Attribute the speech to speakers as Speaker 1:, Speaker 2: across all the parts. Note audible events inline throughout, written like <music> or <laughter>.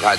Speaker 1: quite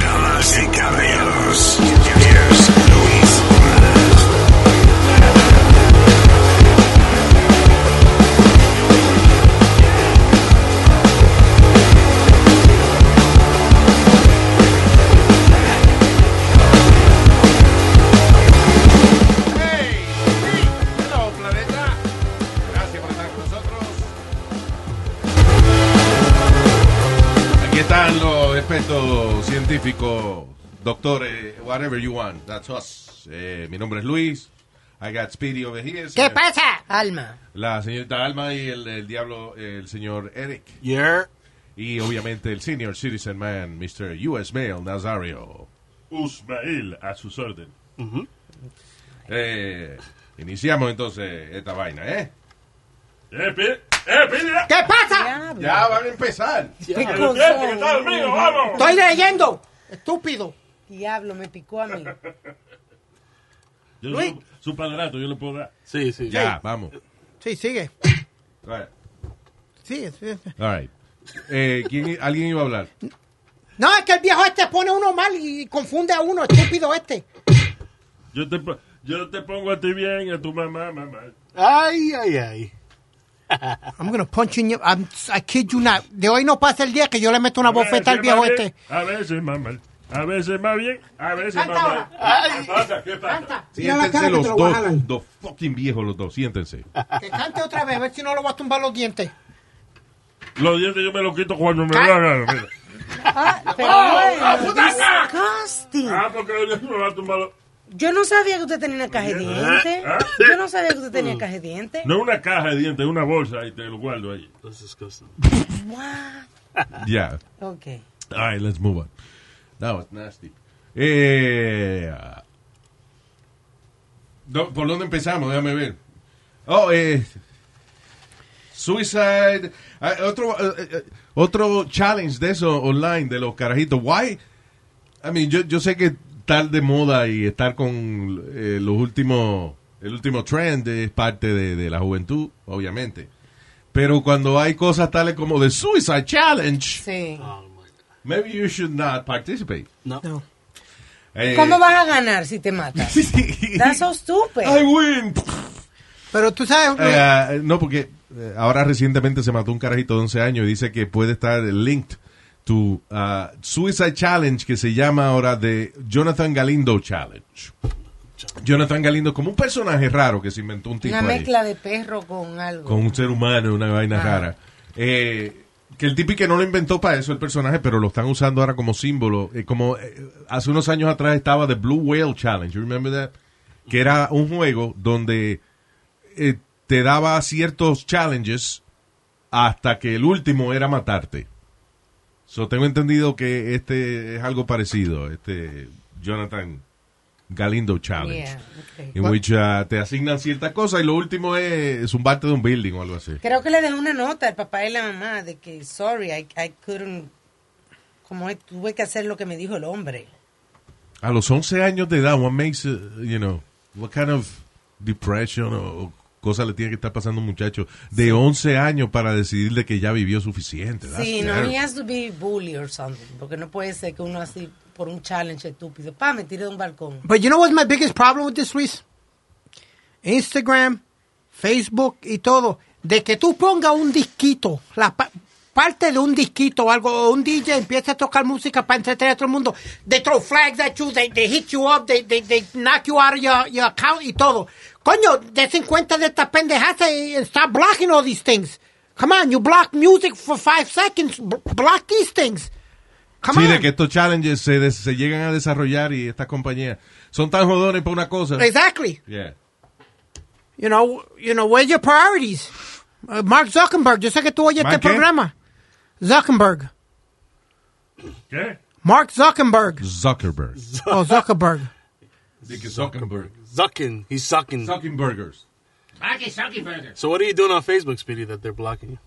Speaker 2: Damas y caballeros, here's Luis Blas.
Speaker 3: ¡Hey! ¡Sí! ¡Hello, planeta! Gracias por estar con nosotros. Aquí están los expertos científicos, doctores, whatever you want. That's us. Eh, mi nombre es Luis. I got Speedy over here.
Speaker 4: ¿Qué
Speaker 3: Señor-
Speaker 4: pasa, Alma?
Speaker 3: La señorita Alma y el, el diablo, el señor Eric. Y obviamente el senior citizen man, Mr. U.S. Mail Nazario.
Speaker 5: Usmael a sus órdenes.
Speaker 3: Eh, iniciamos entonces esta vaina, ¿eh?
Speaker 5: ¡Eh, pide! ¡Eh, pide!
Speaker 4: ¿Qué pasa?
Speaker 3: Ya van a empezar.
Speaker 4: Qué
Speaker 5: ¡El
Speaker 4: cosa.
Speaker 5: cliente que está dormido, vamos!
Speaker 4: Estoy leyendo, estúpido.
Speaker 6: Diablo, me
Speaker 3: <laughs>
Speaker 6: picó a mí.
Speaker 5: Yo,
Speaker 4: Luis.
Speaker 5: su, su padrato, yo le puedo dar.
Speaker 7: Sí, sí.
Speaker 3: Ya, vamos.
Speaker 4: Sí, sigue.
Speaker 3: All right.
Speaker 4: Sigue, sigue.
Speaker 3: All right. Eh, ¿quién- ¿Alguien iba a hablar?
Speaker 4: No, es que el viejo este pone uno mal y confunde a uno, estúpido este.
Speaker 5: Yo te, po- yo te pongo a ti bien y a tu mamá, mamá.
Speaker 7: Ay, ay, ay.
Speaker 4: I'm gonna punch you in your- I'm- I kid you not. De hoy no pasa el día que yo le meto una bofeta al
Speaker 5: A veces
Speaker 4: viejo
Speaker 5: más bien,
Speaker 4: este.
Speaker 5: A veces más mal. A veces más bien, a veces
Speaker 4: Canta
Speaker 5: más mal. ¿Qué pasa? ¿Qué pasa?
Speaker 3: Siéntense los dos. Dos fucking viejos los dos. Siéntense.
Speaker 4: Que cante otra vez, a ver si no lo va a tumbar los dientes.
Speaker 5: Los dientes yo me los quito cuando me da la gana. mira.
Speaker 3: ¡Oh!
Speaker 6: Ah, pero bueno, disgusting.
Speaker 5: Ah, porque los dientes me van a tumbar. los-
Speaker 6: Yo no sabía que usted tenía una
Speaker 3: ¿Eh?
Speaker 6: caja de dientes. Yo no sabía que usted
Speaker 3: Mm.
Speaker 6: tenía caja de dientes.
Speaker 5: No es una caja de dientes, es una bolsa y te lo guardo ahí.
Speaker 7: That's disgusting.
Speaker 6: What?
Speaker 3: Ya.
Speaker 6: Ok.
Speaker 3: All right, let's move on. That was nasty. Eh, do- ¿Por dónde empezamos? Déjame ver. Oh, eh, Suicide. ah, otro, eh, eh, otro challenge de eso online, de los carajitos. Why? I mean, yo, yo sé que estar de moda y estar con eh, los últimos, el último trend es parte de, de la juventud, obviamente. Pero cuando hay cosas tales como de Suicide Challenge.
Speaker 6: Sí.
Speaker 7: Oh, my God.
Speaker 3: Maybe you should not participate.
Speaker 7: No.
Speaker 4: No.
Speaker 3: Eh, <laughs>
Speaker 6: ¿Cómo <laughs> vas a ganar si te matas? That's so stupid.
Speaker 3: I
Speaker 6: <laughs>
Speaker 3: win.
Speaker 4: Pero tú sabes,
Speaker 3: Eh, no, porque eh, ahora recientemente se mató un carajito de 11 años y dice que puede estar linked to uh, Suicide Challenge que se llama ahora de Jonathan Galindo Challenge. Jonathan Galindo como un personaje raro que se inventó un tipo
Speaker 6: Una
Speaker 3: ahí,
Speaker 6: mezcla de perro con algo.
Speaker 3: con un ser humano, una vaina
Speaker 6: Ajá.
Speaker 3: rara. Eh, que el tipo y que no lo inventó para eso el personaje, pero lo están usando ahora como símbolo. Eh, como eh, hace unos años atrás estaba The Blue Whale Challenge, you remember that? Que era un juego donde eh, te daba ciertos challenges hasta que el último era matarte. So tengo entendido que este es algo parecido, este Jonathan Galindo Challenge.
Speaker 6: Yeah, ok.
Speaker 3: En which uh, te asignan ciertas cosas y lo último es zumbarte de un building o algo así.
Speaker 6: Creo que le dejó una nota al papá y la mamá de que, sorry, I, I couldn't. Como es, tuve que hacer lo que me dijo el hombre.
Speaker 3: A los 11 años de edad, what makes, uh, you know, what kind of depression o, o cosa le tiene que estar pasando a un muchacho de 11 años para decidirle que ya vivió suficiente? That's
Speaker 6: Sí, no,
Speaker 3: terrible.
Speaker 6: he has to be bully or something. Porque no puede ser que uno así, por un challenge estúpido, pa, me tire de un balcón.
Speaker 4: But you know what's my biggest problem with this, Luis? Instagram, Facebook y todo. De que tú pongas un disquito, la pa- parte de un disquito o algo, o un DJ empieza a tocar música para entretener a todo el mundo. They throw flags at you, they, they hit you up, they, they, they knock you out of your, your account y todo. Coño, desen cuenta de estas pendejadas y and stop blocking all these things. Come on, you block music for five seconds, b- block these things. Come
Speaker 3: Sí,
Speaker 4: on.
Speaker 3: de que estos challenges se, des- se llegan a desarrollar y estas compañías son tan jodones por una cosa.
Speaker 4: Exactly.
Speaker 3: Yeah.
Speaker 4: You know, you know, where's your priorities? Uh, Mark Zuckerberg, yo sé que tú oyes
Speaker 3: ¿Mark
Speaker 4: este
Speaker 3: qué?
Speaker 4: programa. Zuckerberg.
Speaker 5: ¿Qué?
Speaker 4: Mark Zuckerberg.
Speaker 3: <laughs> Zuckerberg.
Speaker 4: Oh, Zuckerberg.
Speaker 3: Zuckerberg.
Speaker 7: Zucking. He's sucking.
Speaker 3: Zuckerbergers.
Speaker 7: So what are you doing on Facebook, Speedy, that they're blocking you?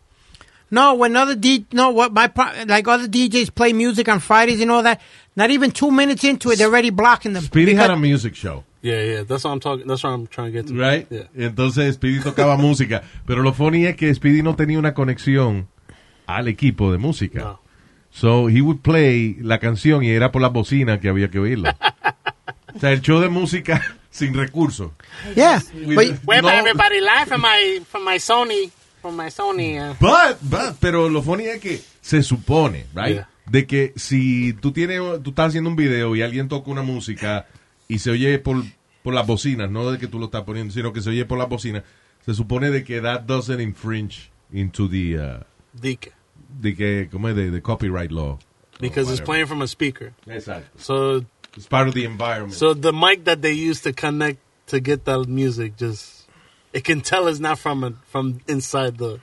Speaker 4: No, when other D, no, what my pro- like other DJs play music on Fridays and all that. Not even two minutes into it, they're already blocking them.
Speaker 3: Speedy had a
Speaker 4: Because-
Speaker 3: music show.
Speaker 7: Yeah, yeah. That's what I'm talking. That's what I'm trying to get to.
Speaker 3: Right?
Speaker 7: Yeah.
Speaker 3: Entonces Speedy tocaba <laughs> música. Pero lo funny es que Speedy no tenía una conexión al equipo de música.
Speaker 7: No.
Speaker 3: So he would play la canción y era por las bocinas que había que
Speaker 7: <laughs>
Speaker 3: oírla. o sea, el show de música <laughs> sin recursos.
Speaker 4: yeah, but
Speaker 1: Where
Speaker 3: No.
Speaker 1: everybody live from my from my Sony from my Sony. Uh,
Speaker 3: But, but, pero lo funny es que se supone, right?
Speaker 7: Yeah.
Speaker 3: De que si tú tienes, tú estás haciendo un video y alguien toca una música y se oye por, por las bocinas, no de que tú lo estás poniendo, sino que se oye por las bocinas, se supone de que that doesn't infringe into the, uh,
Speaker 7: Dica.
Speaker 3: de que, ¿cómo es? De, de copyright law.
Speaker 7: Because it's
Speaker 3: whatever.
Speaker 7: playing from a speaker.
Speaker 3: Exacto.
Speaker 7: So,
Speaker 3: It's part of the environment.
Speaker 7: so the mic that they use to connect to get that music just, it can tell it's not from a, from inside the,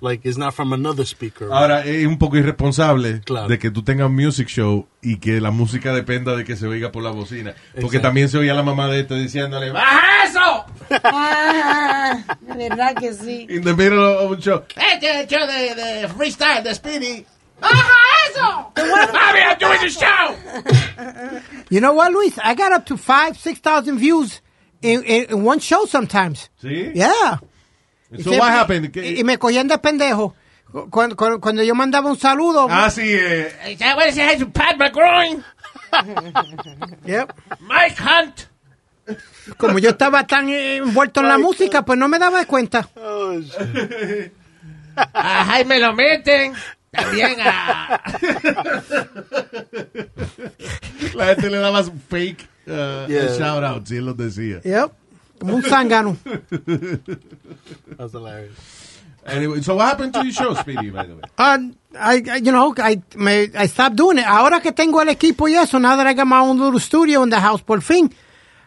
Speaker 7: like it's not from another speaker.
Speaker 3: Ahora es un poco irresponsable
Speaker 7: Claro.
Speaker 3: de que tú tengas un music show y que la música dependa de que se oiga por la bocina. Porque
Speaker 7: Exacto.
Speaker 3: también se oía la mamá de este diciéndole, "Baja
Speaker 6: Ah, ¿Verdad que sí?
Speaker 3: In the middle of un show.
Speaker 4: you know what, Luis? I got up to five, six thousand views in, in, in one show sometimes.
Speaker 3: ¿Sí?
Speaker 4: Yeah.
Speaker 3: So
Speaker 4: Siempre-
Speaker 3: what happened? ¿Qué-
Speaker 4: Y, y me cogían de pendejo. Cu- Cuando, cuando- cuando yo mandaba un saludo.
Speaker 3: Ah, sí. eh,
Speaker 4: Yep. Como yo estaba tan eh, envuelto en la música, pues no me daba cuenta.
Speaker 7: Oh, shit.
Speaker 3: la gente le daba un fake uh,
Speaker 7: Yeah.
Speaker 3: shout out, si él los decía.
Speaker 4: Yep. Como un zángano.
Speaker 7: That's hilarious. <laughs>
Speaker 3: Anyway, so what happened to your show, Speedy, by the way?
Speaker 4: Ah, I, I- you know, I, me, I stopped doing it. Ahora que tengo el equipo y eso, now that I got my own little studio in the house, por fin,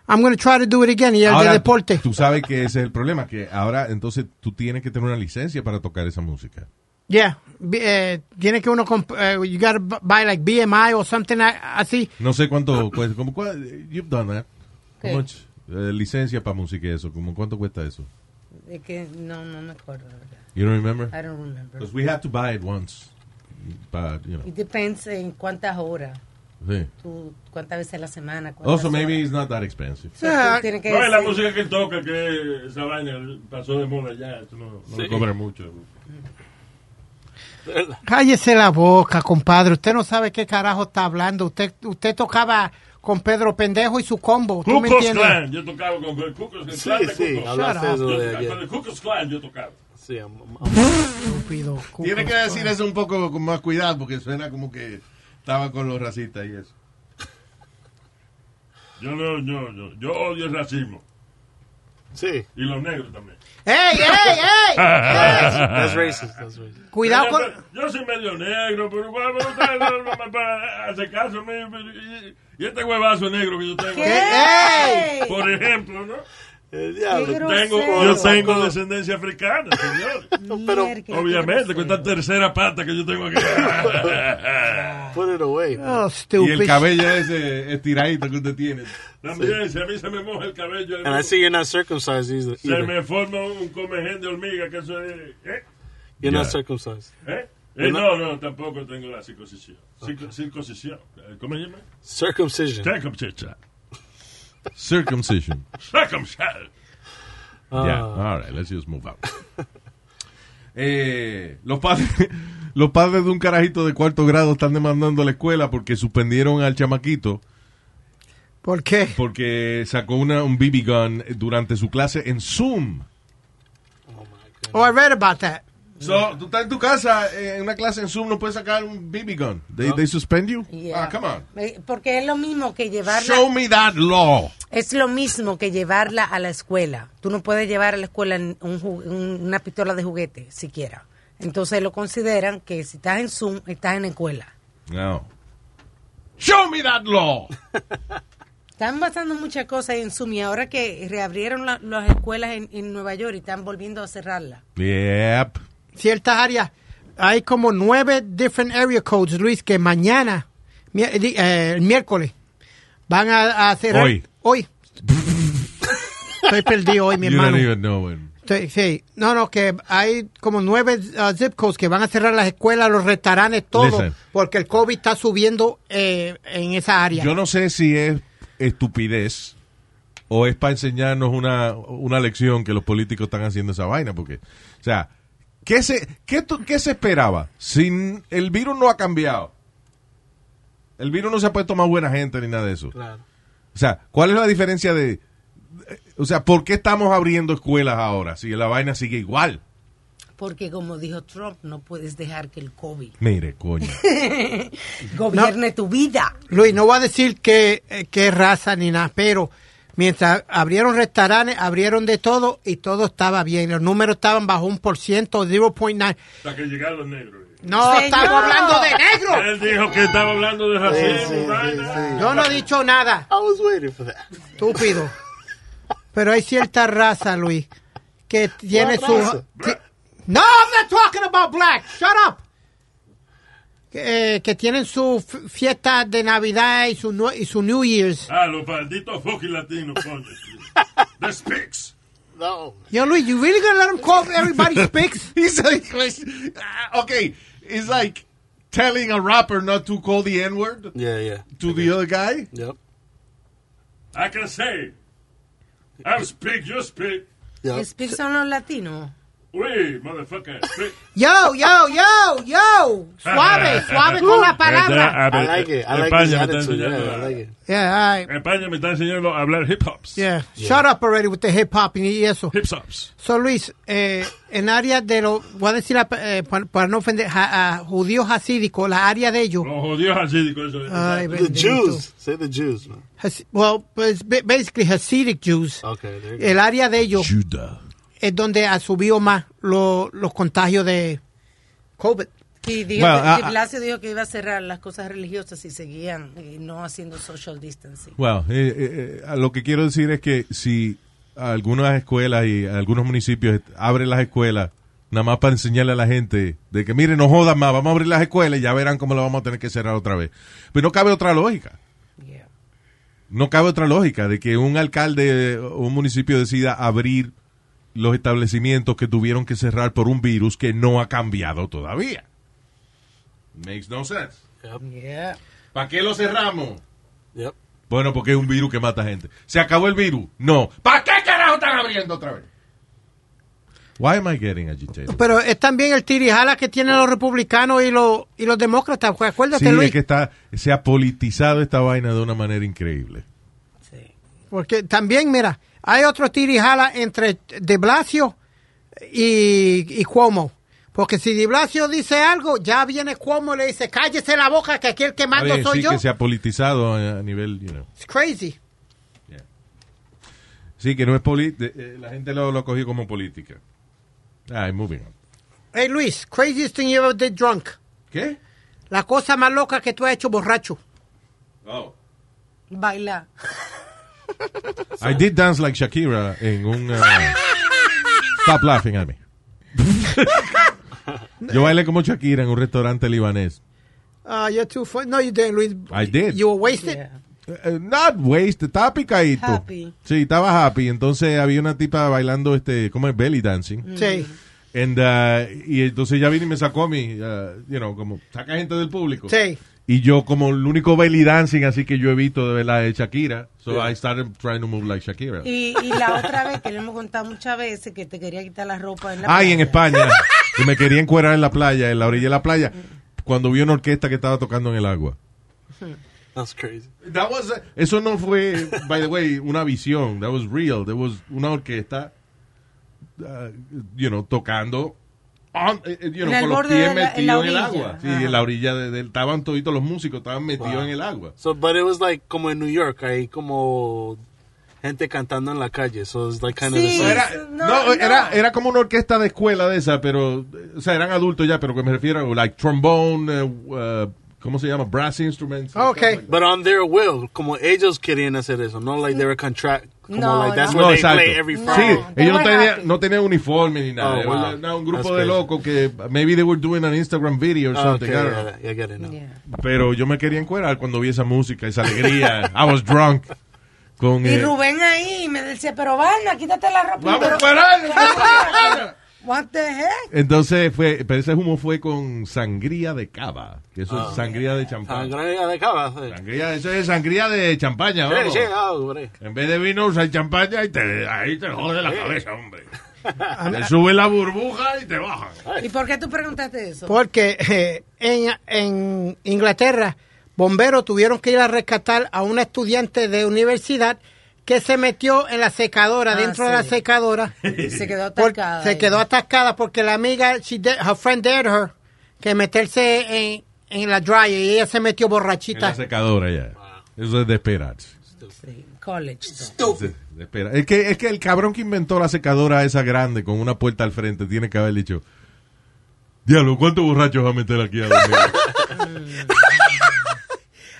Speaker 4: I'm going to try to do it again. Y el de deporte.
Speaker 3: Tú sabes que ese es el problema, que ahora entonces tú tienes que tener una licencia para tocar esa música.
Speaker 4: Yeah. B- eh, tiene que uno, comp- eh, you got to buy like BMI o something a- así.
Speaker 3: No sé cuánto cuesta. Como, cua- you've done that.
Speaker 6: ¿Qué?
Speaker 3: How much? Eh, licencia para música y eso. Como, ¿Cuánto cuesta eso?
Speaker 6: Es que no, no me acuerdo, la verdad.
Speaker 3: You don't remember?
Speaker 6: I don't remember.
Speaker 3: Because we had to buy it once. But, you know.
Speaker 6: It depends en cuántas horas,
Speaker 3: Sí.
Speaker 6: tú, cuántas veces a la semana. cuántas
Speaker 3: Also, maybe
Speaker 6: horas.
Speaker 3: it's not that expensive.
Speaker 6: So, tú tienes que
Speaker 5: No, es la
Speaker 6: decir-
Speaker 5: música que él toca, que esa vaina pasó de moda ya. Eso no, no le cobra mucho.
Speaker 4: Cállese la boca, compadre. Usted no sabe qué carajo está hablando. Usted, usted tocaba con Pedro Pendejo y su combo. ¿Tú me
Speaker 5: Cucos
Speaker 4: entiendes?
Speaker 5: Clan. Yo tocaba con el Cucos Clan.
Speaker 7: Sí, sí.
Speaker 5: Cucos.
Speaker 7: Hablaste eso
Speaker 5: Yo
Speaker 7: de
Speaker 5: tocaba Con el
Speaker 7: ayer.
Speaker 5: Cucos Clan yo tocaba.
Speaker 7: Sí, I'm, I'm-
Speaker 4: Estúpido, cuco.
Speaker 3: Tiene que decir eso un poco con más cuidado porque suena como que estaba con los racistas y eso.
Speaker 5: Yo no, yo, yo, yo odio el racismo.
Speaker 7: sí.
Speaker 5: Y los negros también.
Speaker 4: ¡Ey, ey, ey!
Speaker 3: <laughs>
Speaker 7: That's racist. That's racist.
Speaker 4: Cuidado
Speaker 5: Yo-
Speaker 4: con...
Speaker 5: Yo soy medio negro, pero vamos ustedes no- no me pa- hace caso a mí, y- Y este huevazo negro que yo tengo.
Speaker 4: ¡Ey!
Speaker 5: Por ejemplo, ¿no?
Speaker 7: Eh, diablo.
Speaker 5: Tengo,
Speaker 6: grosero.
Speaker 5: yo tengo descendencia africana,
Speaker 4: <laughs>
Speaker 5: señor.
Speaker 7: pero-
Speaker 6: Mierda, qué
Speaker 5: Obviamente, con
Speaker 6: grosero.
Speaker 5: esta tercera pata que yo tengo aquí.
Speaker 4: <laughs>
Speaker 7: Put it away. man.
Speaker 4: Oh,
Speaker 3: Y el
Speaker 4: stupid.
Speaker 3: cabello ese estiradito que usted tiene.
Speaker 5: También, si a mí se me moja el cabello,
Speaker 7: And I see you're not circumcised either.
Speaker 5: se
Speaker 7: either.
Speaker 5: me forma un comején de hormiga, que eso es... ¿eh?
Speaker 7: You're not
Speaker 3: Yeah.
Speaker 7: circumcised.
Speaker 5: ¿Eh? Eh, no, no, tampoco tengo la circuncisión. Circo- Circuncisión. Eh, ¿Cómo se llama?
Speaker 7: Circumcision.
Speaker 5: Circumcision.
Speaker 3: Circumcision.
Speaker 5: Circumcision.
Speaker 7: Ah,
Speaker 3: Yeah. All right, let's just move on. Eh, los, padres, <laughs> los padres de un carajito de cuarto grado están demandando a la escuela porque suspendieron al chamaquito
Speaker 4: ¿Por qué?
Speaker 3: porque sacó una, un BB gun durante su clase en Zoom.
Speaker 4: Oh, I read about that.
Speaker 3: So, tú estás en tu casa, eh, en una clase en Zoom, no puedes sacar un BB gun. They, they suspend you?
Speaker 6: Yeah.
Speaker 3: Ah, come on.
Speaker 6: Eh, Porque es lo mismo que llevarla,
Speaker 3: Show me that law.
Speaker 6: es lo mismo que llevarla a la escuela. Tú no puedes llevar a la escuela en un ju- un- una pistola de juguete siquiera. Entonces lo consideran que si estás en Zoom, estás en escuela.
Speaker 3: No. Show me that law.
Speaker 6: Están pasando muchas cosas en Zoom y ahora que reabrieron la- las escuelas en, en Nueva York y están volviendo a cerrarlas.
Speaker 3: Yep.
Speaker 4: Ciertas áreas. Hay como nueve different area codes, Luis, que mañana, mi- di- eh, el miércoles, van a, a cerrar.
Speaker 3: Hoy.
Speaker 4: Hoy. <laughs> Estoy perdido hoy, mi
Speaker 3: you don't
Speaker 4: hermano.
Speaker 3: even know it.
Speaker 4: Sí, sí. no, no, que hay como nueve uh, zip codes que van a cerrar las escuelas, los restaurantes, todo,
Speaker 3: Listen.
Speaker 4: porque el COVID está subiendo eh, en esa área.
Speaker 3: Yo no sé si es estupidez o es para enseñarnos una, una lección que los políticos están haciendo esa vaina, porque, o sea, ¿qué se, qué, tu- qué se esperaba? Si n- el virus no ha cambiado, el virus no se ha puesto más buena gente ni nada de eso.
Speaker 7: Claro.
Speaker 3: O sea, ¿cuál es la diferencia de, de- o sea, ¿por qué estamos abriendo escuelas ahora si la vaina sigue igual?
Speaker 6: Porque como dijo Trump, no puedes dejar que el COVID
Speaker 3: Mire, <laughs> coño.
Speaker 6: gobierne tu vida.
Speaker 4: Luis, no voy a decir qué, eh, qué raza ni nada, pero mientras abrieron restaurantes, abrieron de todo y todo estaba bien. Los números estaban bajo un por ciento, 0.9.
Speaker 5: Hasta que llegaron los negros. eh.
Speaker 4: No,
Speaker 6: Señor.
Speaker 4: estamos hablando de negro.
Speaker 5: Él dijo que estaba hablando de
Speaker 7: Sí, sí,
Speaker 5: racismo.
Speaker 7: sí,
Speaker 5: vaina.
Speaker 4: Yo no he dicho nada,
Speaker 7: I was waiting for that.
Speaker 4: estúpido. Pero hay cierta raza, Luis, que tiene
Speaker 7: ¿Cuál
Speaker 4: su...
Speaker 7: raza?
Speaker 4: ti- No, I'm not talking about black. Shut up. Que, eh, que tienen su f- fiesta de Navidad y su, nue- y su New Year's.
Speaker 5: Ah, los malditos fucking latinos, coño. The Speaks.
Speaker 7: No.
Speaker 4: Yo, Luis, you really gonna let them call everybody speaks?
Speaker 3: He's like, ah, okay, it's like telling a rapper not to call the N word
Speaker 7: Yeah, yeah.
Speaker 3: to the other guy.
Speaker 7: Yep.
Speaker 5: I can say. I speak, you speak.
Speaker 7: Yep.
Speaker 6: Speak son los latinos.
Speaker 5: We, motherfucker, speak.
Speaker 4: Yo, yo, yo, yo.
Speaker 5: <laughs>
Speaker 4: Suave, suave con la palabra.
Speaker 5: A ver,
Speaker 7: I like it. I like his
Speaker 5: España me está
Speaker 7: attitude.
Speaker 5: enseñando
Speaker 7: Yeah, I
Speaker 5: a-
Speaker 7: like it.
Speaker 4: Yeah, all right.
Speaker 5: España me está enseñando a hablar hip hops.
Speaker 4: Yeah. Shut up already with the hip hop y eso.
Speaker 5: Hip hops.
Speaker 4: So, Luis, eh, en área de los, voy a decir, la- eh, pa- para no ofender, ja- a judíos hasídicos, la área de ellos.
Speaker 5: Los jodidos hasídicos. eso es.
Speaker 4: Ay,
Speaker 7: The
Speaker 4: bendito.
Speaker 7: Jews. Say the Jews, man.
Speaker 4: Has- well, it's ba- basically Hasidic Jews.
Speaker 7: Okay, there you
Speaker 4: El área de ellos
Speaker 3: Judah.
Speaker 4: es donde ha subido más lo- los contagios de COVID.
Speaker 6: Y dijo,
Speaker 3: Bueno,
Speaker 6: que-
Speaker 3: ah,
Speaker 6: de Blasio dijo que iba a cerrar las cosas religiosas si seguían eh, no haciendo social distancing.
Speaker 3: Well, eh, eh, eh, lo que quiero decir es que si algunas escuelas y algunos municipios abren las escuelas, nada más para enseñarle a la gente de que, mire, no jodan más, vamos a abrir las escuelas y ya verán cómo las vamos a tener que cerrar otra vez. Pero no cabe otra lógica.
Speaker 6: Yeah.
Speaker 3: No cabe otra lógica de que un alcalde o un municipio decida abrir los establecimientos que tuvieron que cerrar por un virus que no ha cambiado todavía. Makes no sense.
Speaker 7: go. Yep.
Speaker 6: Yeah.
Speaker 3: ¿Para qué lo cerramos?
Speaker 7: Yep.
Speaker 3: Bueno, porque es un virus que mata gente. ¿Se acabó el virus? No. ¿Para qué carajo están abriendo otra vez? Why am I getting agitated?
Speaker 4: Pero es también el tirijala que tienen los republicanos y los, y los demócratas. Pues Acuérdate,
Speaker 3: Sí,
Speaker 4: Luis.
Speaker 3: es que está, se ha politizado esta vaina de una manera increíble.
Speaker 6: Sí.
Speaker 4: Porque también, mira, hay otro tirijala entre De Blasio y, y Cuomo. Porque si De Blasio dice algo, ya viene Cuomo y le dice, cállese la boca, que aquí el que mando
Speaker 3: Oye,
Speaker 4: soy
Speaker 3: sí
Speaker 4: yo.
Speaker 3: que se ha politizado a, a nivel, you know.
Speaker 4: It's crazy.
Speaker 3: yeah. Sí, que no es política. La gente lo, lo ha cogido como política. Ah, moving on.
Speaker 4: Hey, Luis, craziest thing you ever did drunk.
Speaker 3: ¿Qué?
Speaker 4: La cosa más loca que tú has hecho borracho.
Speaker 3: Oh.
Speaker 6: Baila.
Speaker 3: I did dance like Shakira en un.
Speaker 4: <laughs>
Speaker 3: uh, Stop laughing at me. <laughs> Yo bailé como Shakira en un restaurante libanés.
Speaker 4: Ah, you're too funny. No, you didn't, Luis.
Speaker 3: I did.
Speaker 4: You were wasted.
Speaker 6: Yeah.
Speaker 3: Eh, not waste, estaba picadito.
Speaker 6: Happy.
Speaker 3: Sí, estaba happy. Entonces había una tipa bailando, este, ¿cómo es? Belly dancing.
Speaker 6: Mm.
Speaker 4: Sí.
Speaker 3: And, uh, y entonces ella vino y me sacó a mí, uh, you know, como saca gente del público.
Speaker 4: Sí.
Speaker 3: Y yo como el único belly dancing así que yo evito de verdad es Shakira. So I started trying to move like Shakira.
Speaker 6: Y, y la otra vez que le hemos contado muchas veces que te quería quitar la ropa en la
Speaker 3: Ay, en
Speaker 6: playa. <laughs>
Speaker 3: España. Y me quería encuerar en la playa, en la orilla de la playa, cuando vi una orquesta que estaba tocando en el agua.
Speaker 7: That's crazy.
Speaker 3: That was- eso no fue, by the way, una visión. That was real. There was una orquesta, uh, you know, tocando. on- eh, eh, you know,
Speaker 6: En el
Speaker 3: con los
Speaker 6: borde
Speaker 3: pies
Speaker 6: de la-
Speaker 3: metidos
Speaker 6: en
Speaker 3: en,
Speaker 6: la
Speaker 3: el
Speaker 6: orilla.
Speaker 3: agua. Sí,
Speaker 6: Ajá.
Speaker 3: en la orilla de- del- estaban toditos los músicos, estaban metidos
Speaker 7: Wow.
Speaker 3: en el agua.
Speaker 7: So, but it was like como en New York, hay como gente cantando en la calle. So it's like kind of the
Speaker 6: Sí.
Speaker 7: same.
Speaker 3: Era, no,
Speaker 6: No, no.
Speaker 3: Era, era como una orquesta de escuela de esa, pero, eh, o sea, eran adultos ya, pero que me refiero, like trombone, eh, uh, ¿cómo se llama? Brass instruments.
Speaker 4: Ok.
Speaker 7: But on their will, como ellos querían hacer eso, no like they were contract, como
Speaker 6: No,
Speaker 7: like that's
Speaker 6: no.
Speaker 7: what
Speaker 3: No,
Speaker 7: they
Speaker 3: exacto.
Speaker 7: play every
Speaker 6: No.
Speaker 7: Friday.
Speaker 3: Sí, ellos no
Speaker 6: were
Speaker 3: tenían,
Speaker 6: happy.
Speaker 3: no tenían uniforme ni nada.
Speaker 7: Oh, wow.
Speaker 3: Era- Era un grupo
Speaker 7: That's
Speaker 3: de
Speaker 7: crazy.
Speaker 3: locos que maybe they were doing an Instagram video or
Speaker 7: Oh,
Speaker 3: something.
Speaker 7: okay,
Speaker 3: I don't know.
Speaker 7: yeah, yeah, I get it now.
Speaker 6: Yeah.
Speaker 3: Pero yo me quería encuerar cuando vi esa música, esa alegría. I was drunk. con
Speaker 6: Y
Speaker 3: eh,
Speaker 6: Rubén ahí me decía, pero Vanna, quítate la ropa.
Speaker 3: Vamos
Speaker 6: pero-
Speaker 3: a parar.
Speaker 6: <laughs> What the heck?
Speaker 3: Entonces fue, pero ese humo fue con sangría de cava, que eso
Speaker 7: Ah.
Speaker 3: es sangría de champán.
Speaker 7: Sangría de cava. sí.
Speaker 3: Sangría, eso es sangría de champaña,
Speaker 7: Sí,
Speaker 3: vamos.
Speaker 7: sí, ah, hombre.
Speaker 3: En vez de vino usa champaña y te, ahí te jode la cabeza,
Speaker 7: <laughs>
Speaker 3: hombre. Te sube la burbuja y te baja.
Speaker 6: ¿Y por qué tú preguntaste eso?
Speaker 4: Porque eh, en, en Inglaterra, bomberos tuvieron que ir a rescatar a una estudiante de universidad que se metió en la secadora,
Speaker 6: Ah,
Speaker 4: dentro de la
Speaker 6: sí.
Speaker 4: secadora.
Speaker 6: <laughs> Se quedó
Speaker 4: Por-
Speaker 6: atacada.
Speaker 4: se
Speaker 6: ahí.
Speaker 4: quedó atascada porque la amiga, she did- her friend dared her, que meterse en, en la dryer y ella se metió
Speaker 3: En
Speaker 4: borrachita.
Speaker 3: la secadora ya. Eso es de esperarse.
Speaker 6: Sí, college. though.
Speaker 3: Sí, de espera. Es que, es que el cabrón que inventó la secadora esa grande con una puerta al frente tiene que haber dicho, diablo, ¿cuántos borrachos va a meter aquí a dormir?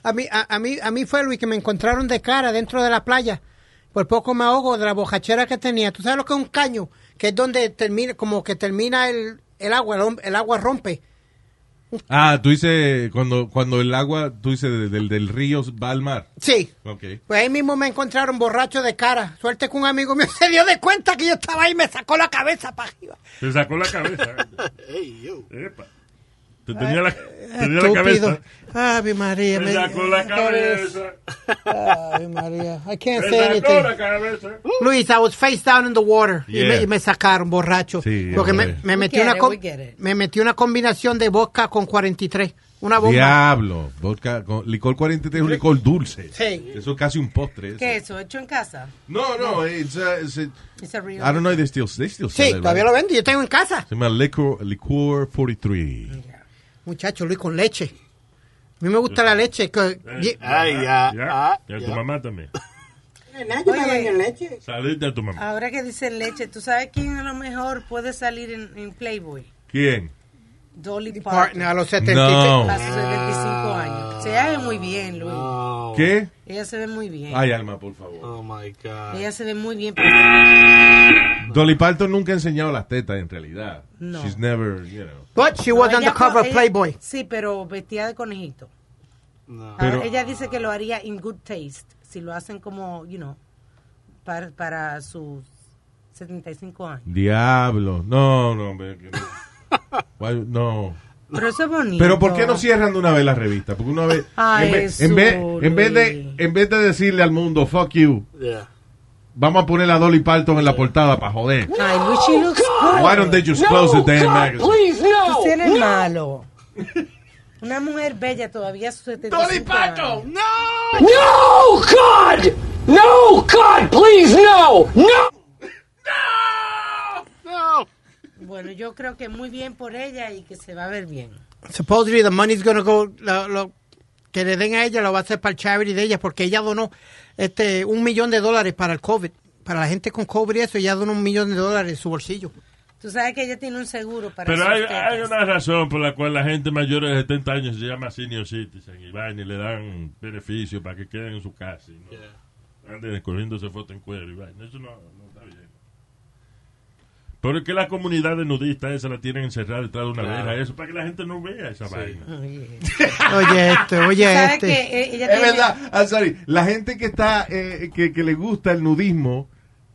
Speaker 4: A mí, a, a mí, a mí fue Luis que me encontraron de cara dentro de la playa. Por poco me ahogo de la bojachera que tenía. ¿Tú sabes lo que es un caño? Que es donde termina, como que termina el, el agua, el, hom- el agua rompe.
Speaker 3: ah, tú dices, cuando, cuando el agua, tú dices, del, del- del río va al mar.
Speaker 4: Sí.
Speaker 3: Ok.
Speaker 4: Pues ahí mismo me encontraron borracho de cara. Suerte que un amigo mío <laughs> se dio de cuenta que yo estaba ahí y me sacó la cabeza para arriba.
Speaker 5: Te sacó
Speaker 7: <laughs>
Speaker 5: la cabeza.
Speaker 7: Hey, yo.
Speaker 5: Epa. Te tenía la, tenía la
Speaker 4: Estúpido.
Speaker 5: cabeza.
Speaker 4: Ave María.
Speaker 5: Te sacó la cabeza.
Speaker 4: Ave María. I can't
Speaker 5: Te
Speaker 4: say
Speaker 5: sacó la
Speaker 4: anything.
Speaker 5: cabeza.
Speaker 4: Luis, I was face down in the water. Y,
Speaker 3: Yeah.
Speaker 4: me, y me sacaron borracho.
Speaker 3: Sí,
Speaker 4: porque
Speaker 3: yeah.
Speaker 4: me, me
Speaker 6: We
Speaker 4: metí
Speaker 6: get
Speaker 4: una
Speaker 6: it,
Speaker 4: com-
Speaker 6: we get it.
Speaker 4: me metí una combinación de vodka con 43. Una bomba.
Speaker 3: Diablo, vodka, con, licor 43 es un licor dulce.
Speaker 4: Sí.
Speaker 3: Eso es casi un postre. eso.
Speaker 6: ¿Qué es eso? ¿Hecho en casa?
Speaker 3: No, no, it's a- it's a-
Speaker 6: It's a real-
Speaker 3: I don't know if they still, they still
Speaker 4: Sí,
Speaker 3: sell it,
Speaker 4: todavía
Speaker 3: right?
Speaker 4: lo vendo. Yo tengo en casa.
Speaker 3: Se llama Liquor, liquor 43.
Speaker 4: Muchacho, Luis, con leche. A mí me gusta la leche. que-
Speaker 6: Eh.
Speaker 4: y-
Speaker 7: Ay, ya.
Speaker 5: Ya,
Speaker 7: ah,
Speaker 5: y a tu
Speaker 7: ya. <laughs>
Speaker 5: mamá también.
Speaker 6: Oye,
Speaker 5: Saliste a tu mamá.
Speaker 6: ahora que dicen leche, ¿tú sabes quién a lo mejor puede salir en, en Playboy?
Speaker 3: ¿Quién?
Speaker 6: Dolly Parton.
Speaker 4: partner a los 75.
Speaker 3: No.
Speaker 6: A sus 75 años. Se ve muy bien, Luis.
Speaker 7: Oh,
Speaker 3: ¿Qué?
Speaker 6: Ella se ve muy bien.
Speaker 3: Ay, Alma, por favor.
Speaker 7: oh my God.
Speaker 6: Ella se ve muy bien. pero-
Speaker 3: Dolly Parton nunca ha enseñado las tetas, en realidad.
Speaker 6: No.
Speaker 3: She's never, you know.
Speaker 4: But she was
Speaker 6: No,
Speaker 4: on
Speaker 6: ella
Speaker 4: the cover
Speaker 6: co-
Speaker 4: of
Speaker 6: ella-
Speaker 4: Playboy.
Speaker 6: Sí, pero vestida de conejito.
Speaker 7: No.
Speaker 3: Pero-
Speaker 6: Ahora, ella dice que lo haría in good taste. Si lo hacen como, you know, para, para sus 75 años.
Speaker 3: Diablo. No, no, hombre. que no. Why- no.
Speaker 6: Pero eso es bonito.
Speaker 3: Pero ¿por qué no cierran de una vez la revista? Porque una vez,
Speaker 6: Ay,
Speaker 3: en, vez, en, vez, en vez de,
Speaker 6: Zuli.
Speaker 3: en vez de decirle al mundo, fuck you,
Speaker 7: Yeah.
Speaker 3: vamos a poner a Dolly Parton en la portada para joder.
Speaker 6: Ay, Luis, she looks good.
Speaker 3: Why don't they just close the damn magazine?
Speaker 1: Please, no.
Speaker 6: Usted no es malo. Una mujer bella todavía a sus 75
Speaker 3: Dolly Parton,
Speaker 6: años.
Speaker 1: No, God! No, God, please, no! No!
Speaker 6: Bueno, yo creo que muy bien por ella y que se va a ver bien.
Speaker 4: Supposedly the money's gonna go, lo, lo que le den a ella lo va a hacer para el charity de ella, porque ella donó este un millón de dólares para el COVID. Para la gente con COVID y eso, ella donó un millón de dólares en su bolsillo.
Speaker 6: Tú sabes que ella tiene un seguro para
Speaker 5: Pero
Speaker 6: sus
Speaker 5: hay,
Speaker 6: tetas.
Speaker 5: hay una razón por la cual la gente mayor de 70 años se llama senior citizen y van y le dan beneficio para que queden en su casa. y ¿no? Anden cogiéndose fotos en cuero y vaina. Eso no, no está bien. Pero es que la comunidad de nudistas esa la tienen encerrada detrás de una
Speaker 7: Claro.
Speaker 5: verja, eso para que la gente no vea esa vaina.
Speaker 6: Oye. <laughs>
Speaker 4: Oye, este,
Speaker 6: Tú
Speaker 4: oye,
Speaker 6: sabes
Speaker 4: este.
Speaker 6: que eh, ella
Speaker 3: Es
Speaker 6: tiene...
Speaker 3: verdad. I'm sorry. La gente que está, eh, que, que le gusta el nudismo,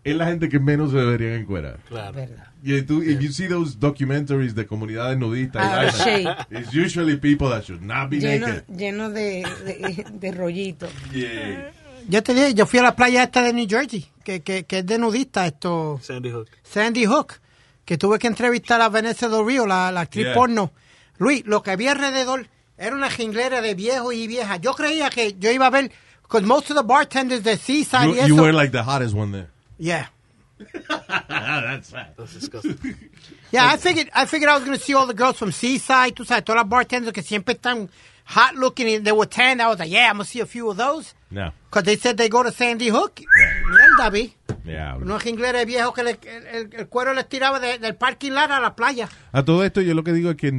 Speaker 3: es la gente que menos se deberían encuerar.
Speaker 7: Claro.
Speaker 6: verdad.
Speaker 3: Y tú, if you see those documentaries de comunidades nudistas,
Speaker 6: Ah,
Speaker 3: y vaina,
Speaker 6: shit.
Speaker 3: it's usually people that should not be
Speaker 6: Lleno,
Speaker 3: naked.
Speaker 6: lleno de, de, de rollito.
Speaker 3: Yeah.
Speaker 4: Yo te dije, yo fui a la playa esta de New Jersey, que, que, que es de nudista, esto,
Speaker 7: Sandy Hook.
Speaker 4: Sandy Hook, que tuve que entrevistar a Vanessa Del Río, la, la actriz
Speaker 3: Yeah.
Speaker 4: porno. Luis, lo que había alrededor era una jinglera de viejos y viejas. Yo creía que yo iba a ver, because most of the bartenders de Seaside y
Speaker 3: You,
Speaker 4: eso.
Speaker 3: you were like the hottest one there.
Speaker 4: Yeah.
Speaker 7: That's disgusting.
Speaker 4: Yeah, I figured I figured I was going to see all the girls from Seaside, tú sabes, todas las bartenders que siempre están hot looking and they were tan. I was like, yeah, I'm going to see a few of those.
Speaker 3: No.
Speaker 4: Because they said they go to Sandy Hook. Mierda, vi.
Speaker 3: Yeah, bro.
Speaker 4: Unos jingleres viejos que le- el, el- el cuero les tiraba de- del parking lot a la playa.
Speaker 3: A todo esto, yo lo que digo es que eh,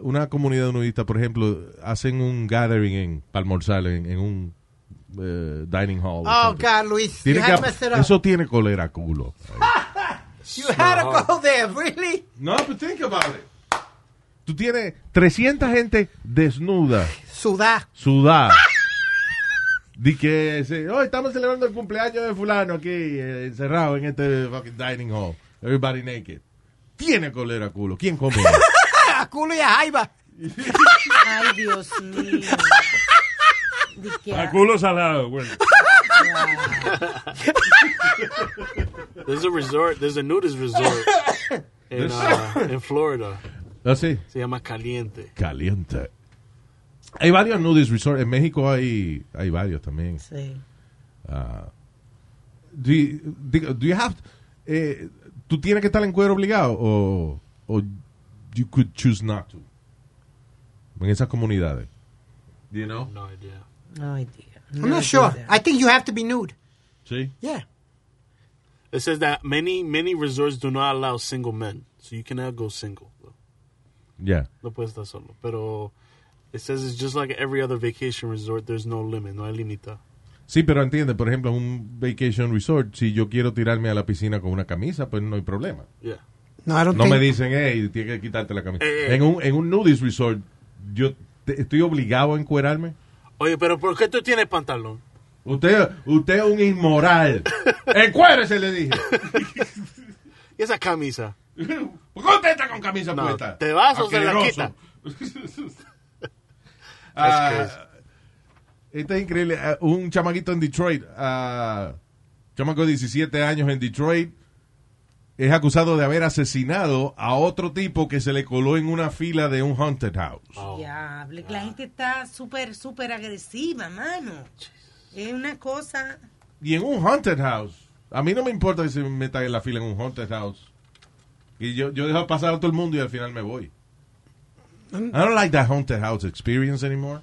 Speaker 3: una comunidad nudista, por ejemplo, hacen un gathering en Palmorzal, en, en un eh, dining hall. or
Speaker 4: Oh,
Speaker 3: something.
Speaker 4: God, Luis.
Speaker 3: Tiene
Speaker 4: you had
Speaker 3: que-
Speaker 4: to mess it up.
Speaker 3: eso tiene colera culo.
Speaker 4: you had to go there, really?
Speaker 3: No, but think about it. Tú tienes 300 gente desnuda,
Speaker 4: Sudá.
Speaker 3: sudada,
Speaker 5: Di que, sí, hoy estamos celebrando el cumpleaños de fulano aquí, eh, encerrado en este fucking dining hall. Everybody naked. Tiene colera culo. ¿Quién come?
Speaker 4: A culo y a jaiba.
Speaker 6: Ay, Dios mío. Di que-
Speaker 5: Ah,
Speaker 3: A culo salado, güey.
Speaker 7: There's a resort. There's a nudist
Speaker 6: <laughs>
Speaker 7: resort in uh, in Florida.
Speaker 5: Así.
Speaker 7: Se llama Caliente.
Speaker 5: Caliente. Hay varios nudist resorts. En México hay, hay varios también.
Speaker 6: Sí.
Speaker 5: Do you, do- do you have, eh, ¿Tú tienes que estar en cuero obligado o, o you could choose not to? En esas comunidades. You know?
Speaker 7: No idea.
Speaker 6: Ay, Dios.
Speaker 4: I'm not sure. I think you have to be nude.
Speaker 5: Sí.
Speaker 4: Yeah.
Speaker 7: It says that many many resorts do not allow single men, so you cannot go single.
Speaker 5: Yeah.
Speaker 7: No puedes estar solo. Pero it says it's just like every other vacation resort. There's no limit. No hay limita.
Speaker 5: Sí, pero entiende, por ejemplo, en un vacation resort, si yo quiero tirarme a la piscina con una camisa, pues no hay problema.
Speaker 7: Yeah.
Speaker 4: No, I don't
Speaker 5: No
Speaker 4: think.
Speaker 5: me dicen, hey, tienes que quitarte la camisa.
Speaker 7: Eh, eh.
Speaker 5: En, un, en un nudist resort, yo te- estoy obligado a encuerarme.
Speaker 7: Oye, pero ¿por qué tú tienes pantalón?
Speaker 5: Usted, usted es un inmoral. Encuérese, le dije.
Speaker 7: Y esa camisa.
Speaker 5: <laughs> ¿Por qué usted está con camisa
Speaker 7: No,
Speaker 5: puesta?
Speaker 7: te vas o se la
Speaker 5: <laughs> Asqueroso. Ah, esto es increíble. Ah, un chamaquito en Detroit, ah, chamaco de 17 años en Detroit, es acusado de haber asesinado a otro tipo que se le coló en una fila de un haunted house.
Speaker 6: Diable, que la gente está súper, súper agresiva, mano. Es una cosa.
Speaker 5: Y en un haunted house. A mí no me importa si me meta en la fila en un haunted house. Y yo, yo dejo pasar a todo el mundo y al final me voy. I don't like that haunted house experience anymore.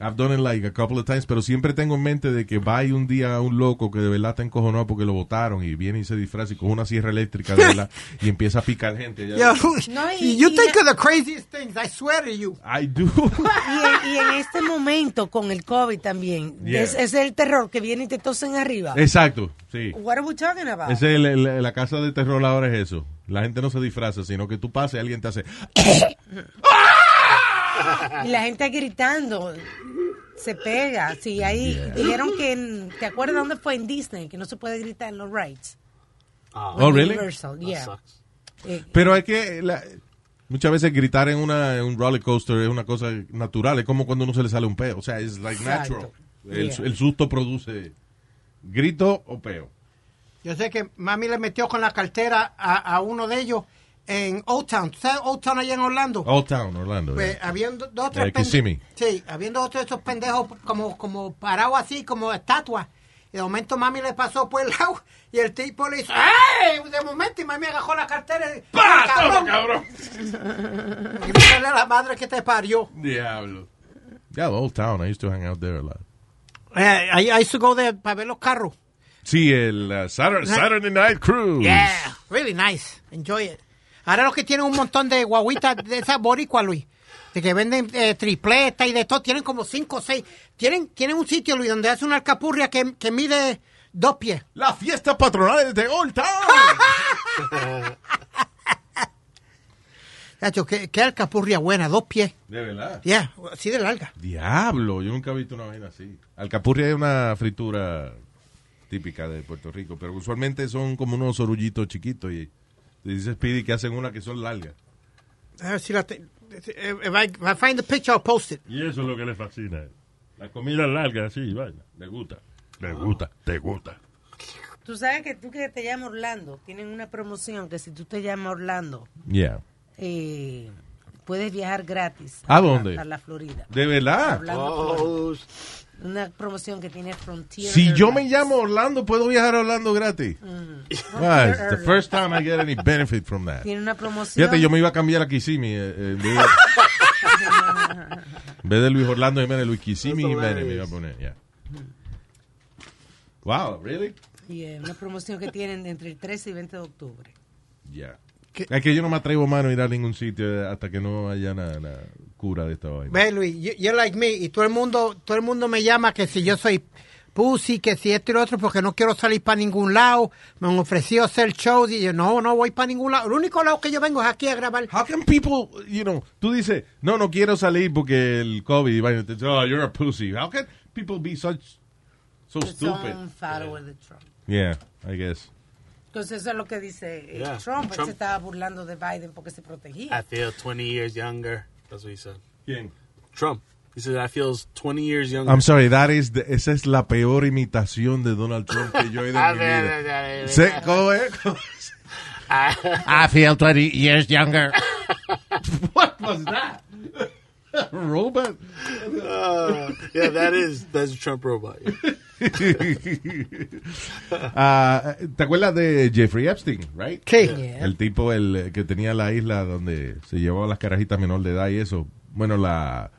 Speaker 5: I've done it like a couple of times, pero siempre tengo en mente de que va y un día a un loco que de verdad está encojonado porque lo botaron y viene y se disfraza y con una sierra eléctrica de verdad y empieza a picar gente.
Speaker 4: Yo,
Speaker 5: Ya-
Speaker 6: No, y-
Speaker 4: you
Speaker 6: y-
Speaker 4: think of the craziest things. I swear to you.
Speaker 5: I do. <laughs>
Speaker 6: Y, en- y en este momento, con el COVID también,
Speaker 5: Yeah. Eh.
Speaker 6: es, es el terror que viene y te tosen arriba.
Speaker 5: Exacto, sí.
Speaker 6: What are we talking about?
Speaker 5: Ese es el- el- la casa de terror ahora es eso. La gente no se disfraza, sino que tú pasas y alguien te hace...
Speaker 6: Y la gente gritando. Se pega. Sí, ahí dijeron que. en- ¿Te acuerdas dónde fue? En Disney, que no se puede gritar en los rights.
Speaker 7: Ah,
Speaker 5: Oh, really?
Speaker 6: Universal,
Speaker 7: that
Speaker 6: yeah.
Speaker 7: sucks.
Speaker 6: Eh,
Speaker 5: Pero es que la- muchas veces gritar en, una, en un roller coaster es una cosa natural. Es como cuando uno se le sale un peo. O sea, es like
Speaker 6: Exacto.
Speaker 5: natural. El,
Speaker 6: Yeah.
Speaker 5: el susto produce grito o peo.
Speaker 4: Yo sé que mami le metió con la cartera a, a uno de ellos en Old Town. ¿Tú ¿Sabes Old Town allá en
Speaker 3: Oh,
Speaker 4: Orlando?
Speaker 5: Old Town, Orlando.
Speaker 4: Pues
Speaker 5: yeah.
Speaker 4: habiendo dos o
Speaker 5: La
Speaker 4: tres
Speaker 5: de
Speaker 4: pen-
Speaker 5: eh, Kissimmee.
Speaker 4: Sí, habiendo dos o tres esos pendejos como, como parados así, como estatuas. Y de momento mami le pasó por el lado y el tipo le hizo ¡Ay! De momento y mami agarró la cartera y
Speaker 5: ¡Pah!
Speaker 4: ¡Ah,
Speaker 5: Toma,
Speaker 4: cabrón!
Speaker 5: cabrón!
Speaker 4: Grítale a la madre que te parió.
Speaker 5: Diablo. Yeah, Old Town. I used to hang out there a lot.
Speaker 4: Eh, I, I used to go there para ver los carros.
Speaker 5: Sí, el uh, Saturday, Saturday Night Cruise.
Speaker 4: Yeah, really nice. Enjoy it. Ahora los que tienen un montón de guaguitas de esas boricuas, Luis, de que venden eh, tripletas y de todo, tienen como cinco o seis. Tienen, tienen un sitio, Luis, donde hace una alcapurria que, que mide dos pies.
Speaker 5: La fiesta patronal de Old Town.
Speaker 4: Cacho, qué, qué alcapurria buena, dos pies.
Speaker 5: de verdad.
Speaker 4: Yeah, así de larga.
Speaker 5: Diablo, yo nunca he visto una vaina así. Alcapurria es una fritura típica de Puerto Rico, pero usualmente son como unos orullitos chiquitos y te dice Speedy que hacen una que son largas.
Speaker 4: A ver si la te- eh, if I, if I find the picture, I'll post it.
Speaker 3: Y eso es lo que le fascina. La comida larga, así, vaina. Le gusta. Le gusta. Te gusta.
Speaker 6: Tú sabes que tú que te llamas Orlando, tienen una promoción que si tú te llamas Orlando,
Speaker 5: Yeah.
Speaker 6: eh, puedes viajar gratis.
Speaker 5: ¿A dónde?
Speaker 6: A la Florida.
Speaker 5: De verdad.
Speaker 6: Orlando, Florida.
Speaker 7: Oh,
Speaker 6: Una promoción que tiene Frontier.
Speaker 5: Si yo me
Speaker 6: Airlines.
Speaker 5: llamo Orlando, puedo viajar a Orlando gratis. Wow, it's the first time I get any benefit from that.
Speaker 6: Tiene una promoción.
Speaker 5: Fíjate, yo me iba a cambiar a Kissimmee. eh, eh, en vez de- en vez de <laughs> Luis Orlando Jiménez, Luis Kissimmee
Speaker 7: That's
Speaker 5: Jiménez me iba a
Speaker 7: hilarious.
Speaker 5: poner. yeah. Wow, really?
Speaker 6: Yeah, eh, una promoción que tienen entre el 13 y 20 de octubre.
Speaker 5: Ya.
Speaker 4: ¿Qué?
Speaker 5: Es que yo no me atrevo, mano, a ir a ningún sitio eh, hasta que no haya nada cura de esta vaina.
Speaker 4: Ve, Luis, you- you're like me, y todo el mundo, todo el mundo me llama que si yo soy pussy, que si esto y lo otro, porque no quiero salir para ningún lado. Me han ofrecido hacer shows y yo, no, no voy para ningún lado. El único lado que yo vengo es aquí a grabar.
Speaker 5: How can people, you know, tú dices, no, no quiero salir porque el COVID, y vaina, te dice, oh, you're a pussy. How can people be such so
Speaker 6: The
Speaker 5: stupid?
Speaker 6: song follower the Trump.
Speaker 5: Yeah, I guess.
Speaker 6: Entonces eso es lo que dice eh,
Speaker 7: Yeah,
Speaker 6: Trump. Él
Speaker 7: Trump. Ah,
Speaker 6: se estaba burlando de Biden porque se protegía.
Speaker 7: I feel 20 years younger. That's what he said.
Speaker 5: ¿Quién?
Speaker 7: Trump. He said, I feel 20 years younger.
Speaker 5: I'm sorry, that is the- esa es la peor imitación de Donald Trump que yo he
Speaker 7: Ah,
Speaker 5: oído en mi vida. Se- ¿Cómo es? I feel 20 years younger. What was that? Robot. <laughs>
Speaker 7: Uh, yeah, that is that's a Trump robot. Yeah.
Speaker 5: Ah, ¿Te acuerdas de Jeffrey Epstein, right?
Speaker 4: Sí.
Speaker 6: Yeah.
Speaker 5: El tipo el eh, que tenía la isla donde se llevaba las carajitas menor de edad y eso. Bueno, la,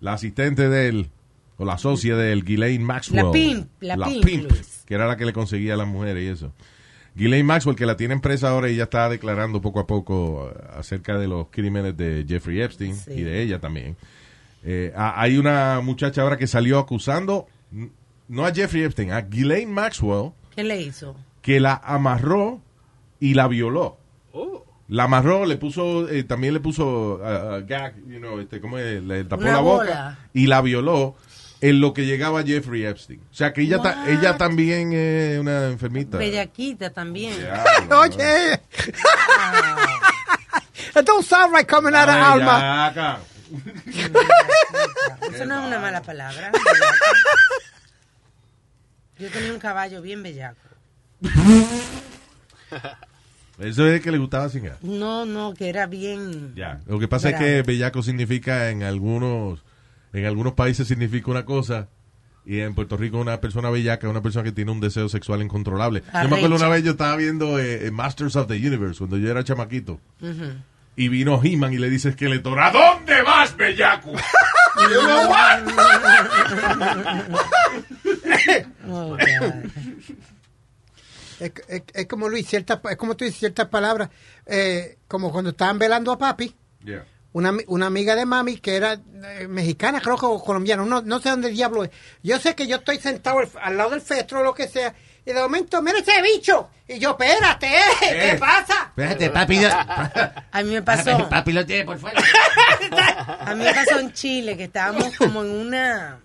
Speaker 5: la asistente de él, o la socia de él, Ghislaine Maxwell.
Speaker 6: La pimp, la pimp, Luis.
Speaker 5: que era la que le conseguía a las mujeres y eso. Ghislaine Maxwell, que la tiene en presa ahora y ya está declarando poco a poco eh, acerca de los crímenes de Jeffrey Epstein
Speaker 6: Sí.
Speaker 5: y de ella también. Eh, ha- hay una muchacha ahora que salió acusando, n- no a Jeffrey Epstein, a Ghislaine Maxwell,
Speaker 6: ¿Qué le hizo?
Speaker 5: que la amarró y la violó.
Speaker 7: Oh.
Speaker 5: La amarró, le puso, eh, también le puso uh, uh, gag, you know, este, ¿cómo es? Le tapó
Speaker 6: Una
Speaker 5: la boca
Speaker 6: bola.
Speaker 5: y la violó en lo que llegaba Jeffrey Epstein. O sea que ella, ta-
Speaker 6: What?
Speaker 5: ella también es una enfermita.
Speaker 6: Bellaquita también.
Speaker 5: Diablo,
Speaker 4: <laughs>
Speaker 5: ¿no?
Speaker 4: Oye. It don't sound like coming out of
Speaker 5: Ay,
Speaker 4: Alma.
Speaker 5: ya, acá.
Speaker 6: Eso no es una mala palabra. Yo tenía un caballo bien bellaco.
Speaker 5: Eso es que le gustaba sin gas.
Speaker 6: No, no, que era bien.
Speaker 5: Ya. Lo que pasa
Speaker 6: Bravo.
Speaker 5: es que bellaco significa en algunos, en algunos países significa una cosa. Y en Puerto Rico una persona bellaca es una persona que tiene un deseo sexual incontrolable. Yo me acuerdo
Speaker 6: Arrecha.
Speaker 5: una vez yo estaba viendo eh, Masters of the Universe cuando yo era chamaquito. Y vino He-Man y le dice Esqueletor, ¿a dónde vas, bellaco? y yo, "What?"
Speaker 6: Oh, God.
Speaker 4: Es, es- es como Luis, cierta, es como tú dices ciertas palabras. eh, como cuando estaban velando a papi,
Speaker 5: Yeah.
Speaker 4: una, ami- una amiga de mami que era eh, mexicana, creo que o colombiana, no, no sé dónde diablo es. Yo sé que yo estoy sentado al, al lado del festro o lo que sea, y de momento, mira ese bicho. Y yo, espérate, eh, ¿qué
Speaker 5: Eh.
Speaker 4: pasa?
Speaker 5: Espérate, papi. yo-
Speaker 6: A mí me pasó.
Speaker 5: Ah, papi lo tiene por fuera.
Speaker 6: <laughs> A mí me pasó en Chile que estábamos como en una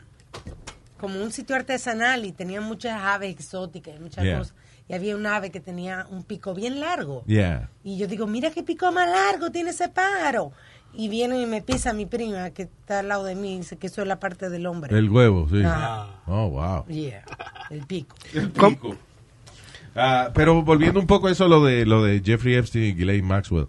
Speaker 6: como un sitio artesanal y tenía muchas aves exóticas y muchas
Speaker 5: Yeah.
Speaker 6: cosas. Y había un ave que tenía un pico bien largo.
Speaker 5: Yeah.
Speaker 6: Y yo digo, mira qué pico más largo tiene ese pájaro. Y viene y me pisa mi prima que está al lado de mí y dice que eso es la parte del hombre.
Speaker 5: El huevo, sí.
Speaker 7: Ah.
Speaker 6: Ajá.
Speaker 5: Oh, wow.
Speaker 6: Yeah, el pico.
Speaker 5: pico. Ah, pero volviendo un poco a eso, lo de, lo de Jeffrey Epstein y Ghislaine Maxwell.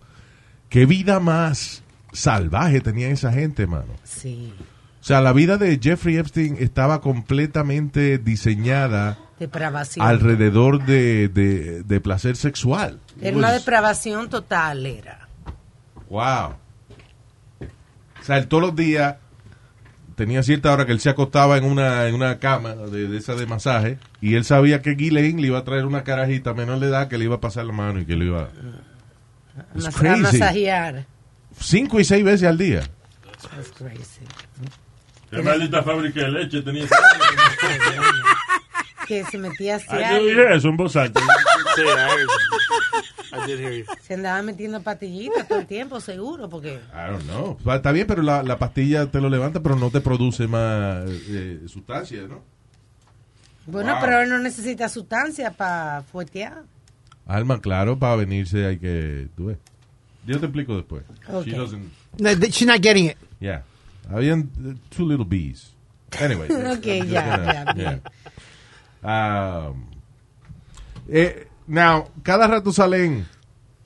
Speaker 5: ¿Qué vida más salvaje tenía esa gente, mano?
Speaker 6: Sí,
Speaker 5: O sea, la vida de Jeffrey Epstein estaba completamente diseñada
Speaker 6: depravación.
Speaker 5: alrededor de, de- de placer sexual.
Speaker 6: Era una
Speaker 5: It
Speaker 8: Pues,
Speaker 5: was-
Speaker 6: depravación total, era.
Speaker 5: Wow. O sea, él todos los días tenía cierta hora que él se acostaba en una, en una cama de, de esa de masaje y él sabía que Ghislaine le iba a traer una carajita menor de edad que le iba a pasar la mano y que le iba It's
Speaker 6: Mas-
Speaker 5: crazy.
Speaker 6: Masajear.
Speaker 5: cinco y seis veces al día.
Speaker 6: That's crazy.
Speaker 8: Qué maldita fábrica de leche tenía.
Speaker 6: <laughs> Que se metía hacia
Speaker 8: Ay, Ah, yo dije eso en voz alta.
Speaker 7: Say it, I, heard you. I did hear you.
Speaker 6: Se andaba metiendo patillitas todo el tiempo, seguro, porque
Speaker 5: I don't know. O sea, Está bien, pero la, la pastilla te lo levanta, pero no te produce más eh, sustancia, ¿no?
Speaker 6: bueno,
Speaker 5: Wow.
Speaker 6: pero él no necesita sustancia para fuetear.
Speaker 5: Alma, claro, para venirse hay que... Tú ves. Yo te explico después.
Speaker 6: Ok.
Speaker 5: She doesn't-
Speaker 4: No, she's not getting it.
Speaker 5: Yeah. Habían uh, two little bees. Anyway.
Speaker 6: <laughs> Ok,
Speaker 5: I'm just
Speaker 6: ya,
Speaker 5: gonna-
Speaker 6: ya, bien.
Speaker 5: yeah. Um, eh, now, cada rato salen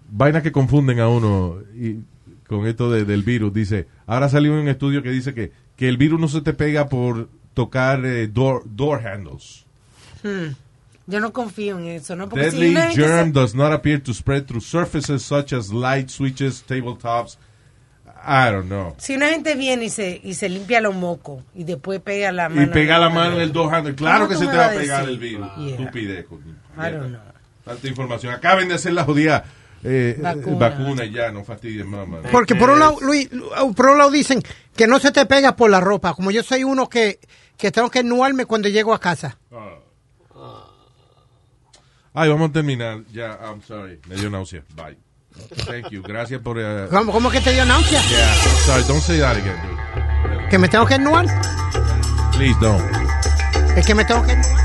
Speaker 5: vainas que confunden a uno y con esto de- del virus. Dice, ahora salió un estudio que dice que, que el virus no se te pega por tocar eh, door, door handles.
Speaker 6: Yo no confío en eso, ¿no? Porque si
Speaker 5: Deadly
Speaker 6: una vez que
Speaker 5: germ
Speaker 6: se-
Speaker 5: does not appear to spread through surfaces such as light switches, tabletops. I don't know.
Speaker 6: si una gente viene y se, y se limpia los mocos y después pega la mano.
Speaker 5: y pega la mano en el dos handles. Claro
Speaker 6: ¿Cómo
Speaker 5: que
Speaker 6: tú
Speaker 5: se
Speaker 6: me
Speaker 5: te va
Speaker 6: vas
Speaker 5: a
Speaker 6: a
Speaker 5: pegar
Speaker 6: decir?
Speaker 5: el virus.
Speaker 6: Yeah.
Speaker 5: Estupidez. coño.
Speaker 6: I don't know.
Speaker 5: Tanta información. Acaben de hacer la jodida eh, eh,
Speaker 6: Vacuna.
Speaker 5: vacuna. ya, no fastidien más. mano.
Speaker 4: Porque por un lado, Luis, uh, por un lado dicen que no se te pega por la ropa. Como yo soy uno que, que tengo que ennuarme cuando llego a casa.
Speaker 5: Ay, vamos a terminar. Ya, I'm sorry. Me dio náusea. Bye. Thank you. Gracias por... eh,
Speaker 4: ¿Cómo, cómo que te dio náusea?
Speaker 5: yeah. Sorry, don't say that again, dude.
Speaker 4: ¿Que me tengo que ennuar?
Speaker 5: Please don't.
Speaker 4: Es que me tengo que...